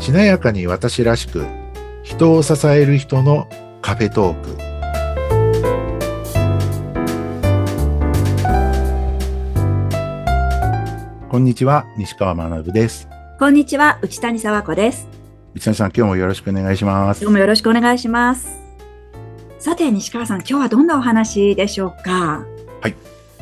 華やかに私らしく人を支える人のカフェトークこんにちは西川学ですこんにちは、内谷沢子です。内谷さん今日もよろしくお願いします今日もよろしくお願いします。さて、西川さん、今日はどんなお話でしょうか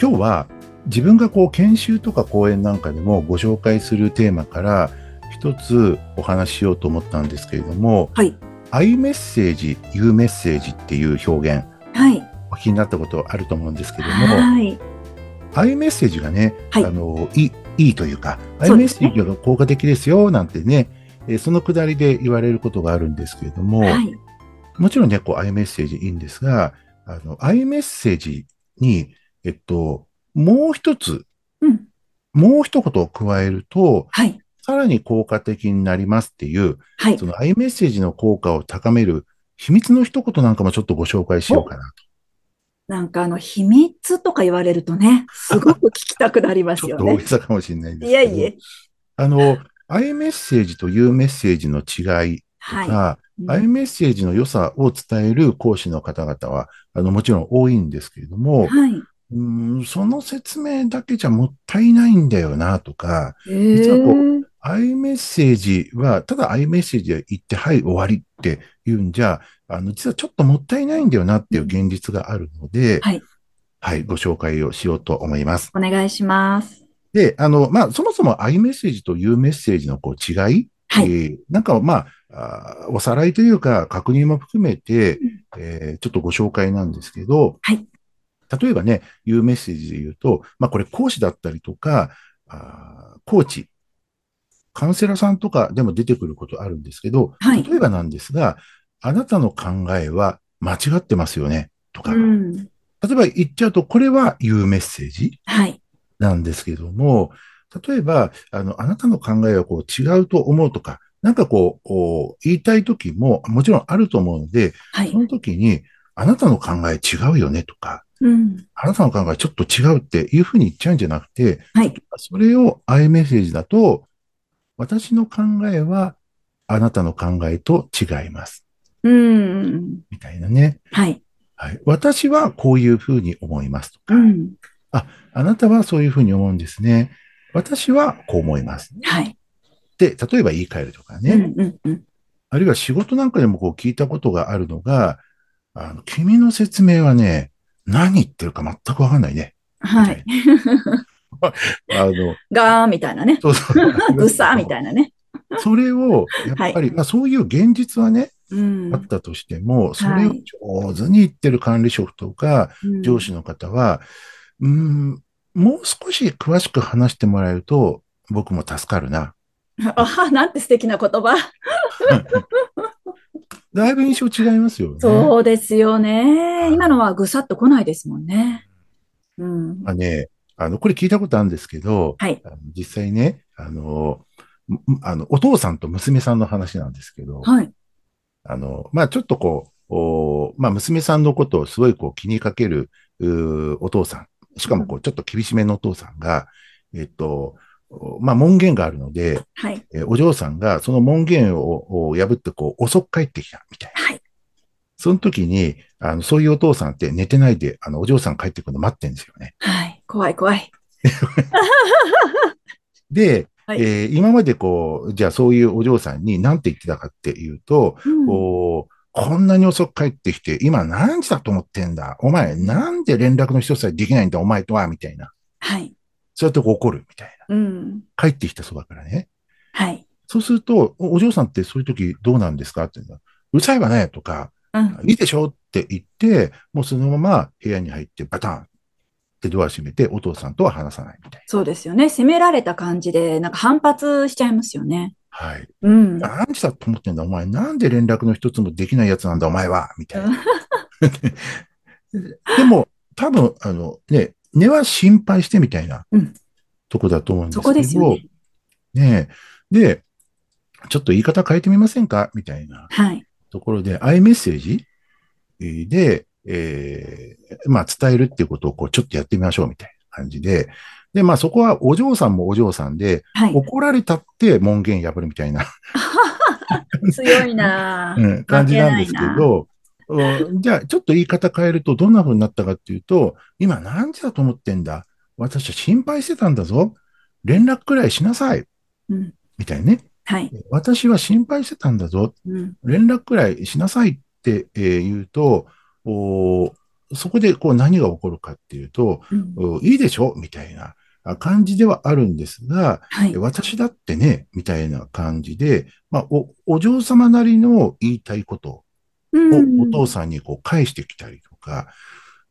今日は自分がこう研修とか講演なんかでもご紹介するテーマから一つお話ししようと思ったんですけれどもはい。アイメッセージ、ユーメッセージっていう表現、はい。お聞きになったことあると思うんですけども、はい。アイメッセージがね、はいあのいいいいというか、アイそうメッですセねージが効果的ですよなんてね、えーそのくだりで言われることがあるんですけれども、はい。もちろんね、こう、アイメッセージいいんですが、あの、アイメッセージに、えっと、もう一つ、うん。もう一言を加えると、はい。さらに効果的になりますっていう、はいそ。のアイメッセージの効果を高める秘密の一言なんかもちょっとご紹介しようかななんかあの、秘密とか言われるとね、すごく聞きたくなりまと。すちょよっと大ねげ。さかもしれないんですいけど。やいや。あの、アイメッセージというメッセージの違いとか、はアイい。メッセージの良さを伝える講師の方々は、あの、もちろん多いんですけれども、はい。うーんその説明だけじゃもったいないんだよな、とか、えー実はこアイメッセージは、ただアイメッセージで言って、はい、終わりって言うんじゃ、あの、実はちょっともったいないんだよなっていう現実があるので、はい。はい、ご紹介をしようと思います。お願いします。で、あの、まあ、そもそもアイメッセージというメッセージのこう違い、はえい。ーなんかをまああー、おさらいというか、確認も含めてうん、えーちょっとご紹介なんですけど、はい例えばね、いうメッセージで言うと、まあ、これ講師だったりとか、あーコーチ、カウンセラーさんとかでも出てくることあるんですけど、はい例えばなんですが、あなたの考えは間違ってますよね、とか、うん。例えば言っちゃうと、これは言うメッセージはい。なんですけども、例えば、あの、あなたの考えはこう違うと思うとか、なんかこう、こう言いたい時ももちろんあると思うので、はいそ。の時に、あなたの考え違うよねとか、うん。あなたの考えちょっと違うっていうふうに言っちゃうんじゃなくて、はい。それをアイメッセージだと、私の考えはあなたの考えと違います。うん。みたいなね。はい。はい。私はこういうふうに思いますとか、うん。あなたはそういうふうに思うんですね。私はこう思います。はい。で、例えば言い換えるとかね、うん。うん。うん。あるいは仕事なんかでもこう聞いたことがあるのが、あの、君の説明はね、何言ってるか全くわかんないね。はい。あの、ガーンみたいなね。そうそう。 うさーみたいなね。な。それを、やっぱり、はいまあそういう現実はね、うんあったとしても、それを上手に言ってる管理職とか、上司の方は、うん、もう少し詳しく話してもらえると、僕も助かるな。うんあは、なんて素敵な言葉。だいぶ印象違いますよね。そうですよねい。今のはぐさっと来ないですもんね。うん。まあね、あの、これ聞いたことあるんですけど、はいあの実際ね、あの、むあの、お父さんと娘さんの話なんですけど、はい。あの、まあ、ちょっとこう、おまあ、娘さんのことをすごいこう気にかける、うーお父さん、しかもこう、ちょっと厳しめのお父さんが、えっと、おまあ、門限があるので、はい。えお嬢さんがその門限をお破ってこう、遅く帰ってきたみたいな。はい。その時に、あの、そういうお父さんって寝てないで、あの、お嬢さん帰ってくるの待ってるんですよね。はい。怖い怖い。で、はいえー今までこう、じゃあそういうお嬢さんに何て言ってたかっていうと、うんこうこんなに遅く帰ってきて、今何時だと思ってんだお前、なんで連絡の一つさえできないんだお前とはみたいな。はい。そうやってこう怒るみたいな。うん。帰ってきたそばからね。はい。そうすると、おお嬢さんってそういう時どうなんですかって言うのうるさいわねとか、うん。いいでしょって言って、もうそのまま部屋に入ってバタンってドア閉めて、お父さんとは話さないみたいな。そうですよね。責められた感じで、なんか反発しちゃいますよね。はい。うん。何時だと思ってんだ、お前。なんで連絡の一つもできないやつなんだ、お前は。みたいな。 でも、多分、あの、ね、根は心配してみたいなうんとこだと思うんですそけど、こですよねね。で、ちょっと言い方変えてみませんかみたいなはい。ところで、アイメッセージで、えーまあ、伝えるっていうことを、こう、ちょっとやってみましょう、みたいな感じで、で、まあ、そこはお嬢さんもお嬢さんで、はい。怒られたって門限破るみたいな強いなうん感じなんですけど、うんじゃあ、ちょっと言い方変えると、どんな風になったかっていうと、今何時だと思ってんだ私は心配してたんだぞ。連絡くらいしなさい。うん。みたいなね。はい。私は心配してたんだぞ。うん。連絡くらいしなさいって、えー言うと、おーそこでこう何が起こるかっていうと、うんおいいでしょみたいなあ感じではあるんですが、はい。私だってね、みたいな感じで、まあ、お、お嬢様なりの言いたいことをお父さんにこう返してきたりとか、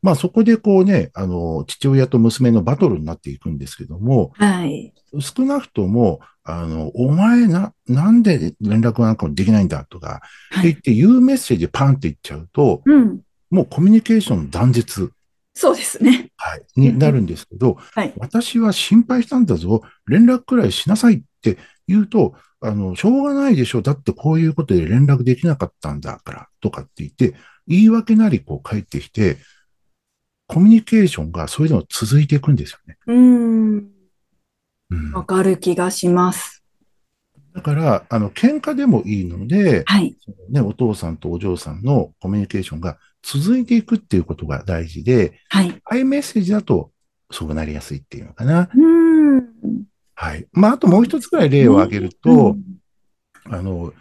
まあそこでこうね、あの、父親と娘のバトルになっていくんですけども、はい。少なくとも、あの、お前な、なんで連絡なんかもできないんだとか、っはてい言って言うメッセージパンって言っちゃうと、うん。もうコミュニケーション断絶、そうですね。はい、になるんですけど、はい。私は心配したんだぞ、連絡くらいしなさいって言うと、あの、しょうがないでしょ、だってこういうことで連絡できなかったんだから、とかって言って、言い訳なりこう返ってきて、コミュニケーションがそういうのが続いていくんですよね。うん。うんわかる気がします。だから、あの、喧嘩でもいいので、はい。そのね、お父さんとお嬢さんのコミュニケーションが続いていくっていうことが大事で、はい。ハイメッセージだとそうなりやすいっていうのかな。うん。はい。まあ、あともう一つくらい例を挙げると、うんあの、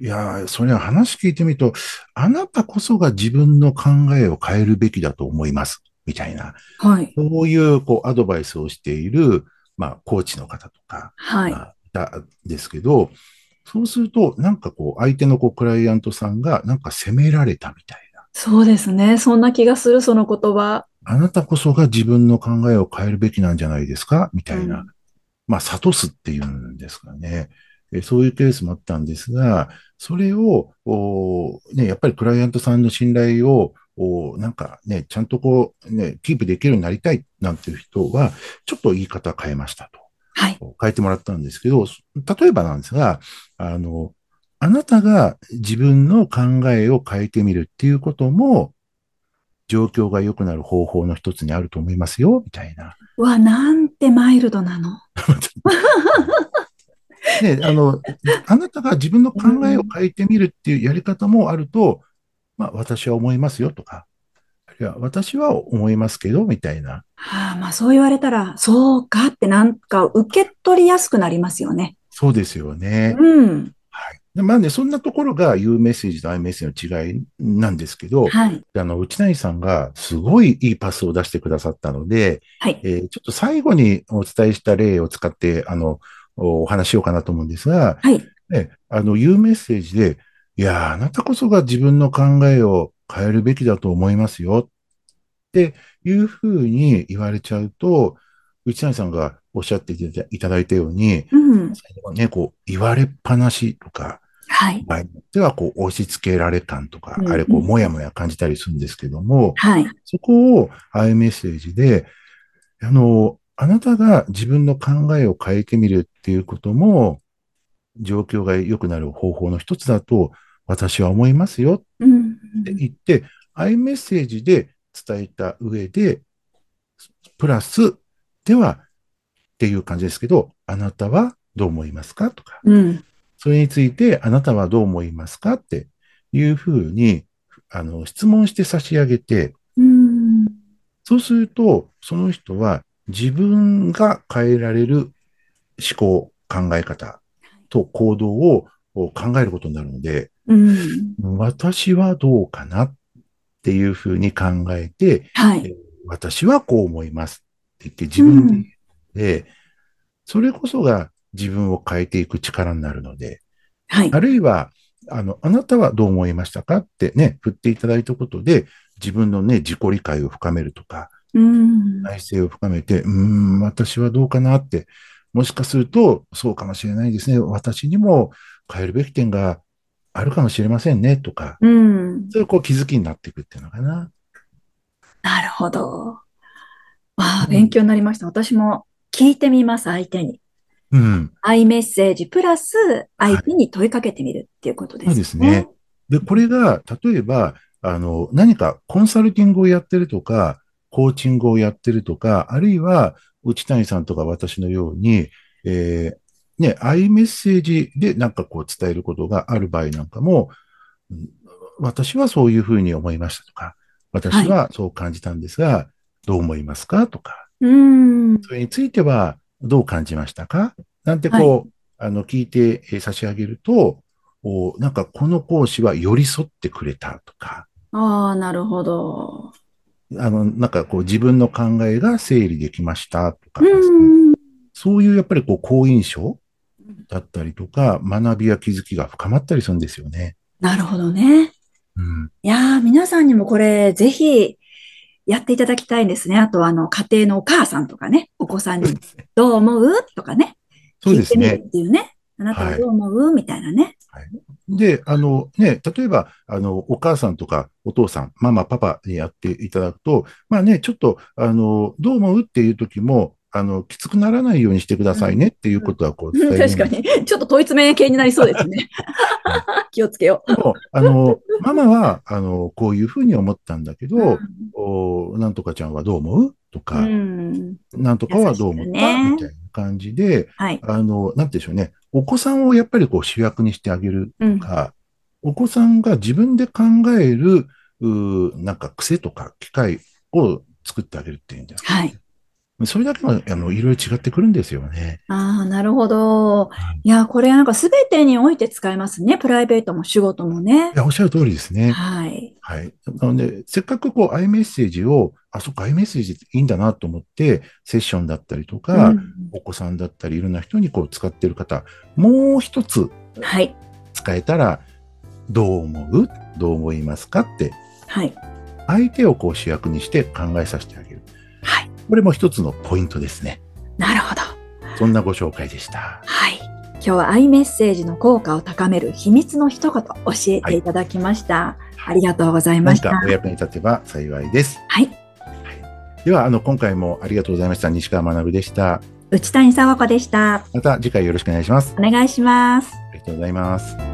いやー、それは話聞いてみると、あなたこそが自分の考えを変えるべきだと思います。みたいな、はい。そういう、こう、アドバイスをしている、まあ、コーチの方とか、はい。まあいたんですけど、そうすると、なんかこう、相手のこう、クライアントさんが、なんか責められたみたいな。そうですね。そんな気がする、その言葉。あなたこそが自分の考えを変えるべきなんじゃないですかみたいな。うんまあ、諭すっていうんですかね。えそういうケースもあったんですが、それを、おーね、やっぱりクライアントさんの信頼を、おーなんかね、ちゃんとこう、ね、キープできるようになりたいなんていう人は、ちょっと言い方変えましたはい。と。変えてもらったんですけど、例えばなんですが、あの、あなたが自分の考えを変えてみるっていうことも、状況が良くなる方法の一つにあると思いますよ、みたいな。うわ、なんてマイルドなの。ね、あの、あなたが自分の考えを変えてみるっていうやり方もあると、まあ、私は思いますよとか、あるいは私は思いますけど、みたいな。はあ、まあそう言われたら、そうかってなんか受け取りやすくなりますよね。そうですよね。うん。はい。でまあね、そんなところが言うメッセージとアイメッセージの違いなんですけど、はい。あの、内谷さんがすごいいいパスを出してくださったので、はい。えーちょっと最後にお伝えした例を使って、あの、おお話しようかなと思うんですが、はい。ね、あの、言うメッセージで、いやー、あなたこそが自分の考えを変えるべきだと思いますよ。っていうふうに言われちゃうと、内谷さんがおっしゃっていただいただいたように、うん。ね、こう、言われっぱなしとか、はい。場合によっては、こう、押し付けられ感とかう、んあれ、こう、もやもや感じたりするんですけども、はい。そこを、ああいうメッセージで、あの、あなたが自分の考えを変えてみるっていうことも、状況が良くなる方法の一つだと、私は思いますようん。って言って、アイメッセージで伝えた上で、プラス、では、っていう感じですけど、あなたはどう思いますかとか、うん。それについてあなたはどう思いますかっていうふうに、あの、質問して差し上げて、うん。そうすると、その人は自分が変えられる思考、考え方と行動を考えることになるので、うん。私はどうかなっていうふうに考えて、はい。私はこう思いますって言って自分で言って、それこそが自分を変えていく力になるので、はい。あるいは、あの、あなたはどう思いましたかってね、振っていただいたことで、自分のね、自己理解を深めるとか、うん。内政を深めて、うーん、私はどうかなって、もしかすると、そうかもしれないですね。私にも変えるべき点があるかもしれませんね、とか、うん。そういうこう気づきになっていくっていうのかな。なるほど。ああ、うん勉強になりました。私も聞いてみます、相手に。うん。アイメッセージプラス相手に問いかけてみるっていうことですね。そうですね。で、これが、例えば、あの、何かコンサルティングをやってるとか、コーチングをやってるとか、あるいは、内谷さんとか私のように、えーね、ああいうメッセージでなんかこう伝えることがある場合なんかも、うん私はそういうふうに思いましたとか、私はそう感じたんですが、どう思いますかとか、うん。それについてはどう感じましたかなんてこう、あの、聞いてえー差し上げると、おなんかこの講師は寄り添ってくれたとか、ああ、なるほど。あの、なんかこう自分の考えが整理できましたとか、うん。そういうやっぱりこう好印象だったりとか、学びや気づきが深まったりするんですよね。なるほどね。うん。いやー、皆さんにもこれ、ぜひ、やっていただきたいんですね。あと、あの、家庭のお母さんとかね、お子さんに、どう思うとかね、そうです聞いてねみ。るっていうね。あなたはどう思う、みたいなね。で、あのね、例えば、あの、お母さんとかお父さん、ママ、パパにやっていただくと、まあね、ちょっと、あの、どう思うっていう時も、あの、きつくならないようにしてくださいねっていうことはこう伝えるんで 確すかに。ちょっと統一面系になりそうですね。気をつけよでも、あの、ママは、あの、こういうふうに思ったんだけう。ど、おなんとかちゃんはどう思うとうか、ん。なんとかはどう思った優みしくねたいな感じで、はい。あの、なんて言うんでしょうね、お子さんをやっぱりこう主役にしてあげるうん。か、お子さんが自分で考える、うーなんか癖とか機会を作ってあげるっていうんですか。はい。それだけが、あの、いろいろ違ってくるんですよね。ああ、なるほどはい。いやー、これなんか全てにおいて使えますね。プライベートも仕事もねい。や、おっしゃる通りですね。はい。はい。なので、せっかくこう、アイメッセージを、あ、そっか、アイメッセージいいんだなと思って、セッションだったりとか、うんお子さんだったり、いろんな人にこう、使ってる方、もう一つはい。使えたら、どう思うどう思いますかって、はい。相手をこう主役にして考えさせてあげる。はい。これも一つのポイントですね。なるほど。そんなご紹介でした。はい。今日はアイメッセージの効果を高める秘密の一言教えていただきました。ありがとうございま何した。かおは役に立てば幸いです。い。では、あの、今回もありがとうございました。西川学でした。内谷沢子でした。また次回よろしくお願いします。お願いします。ありがとうございます。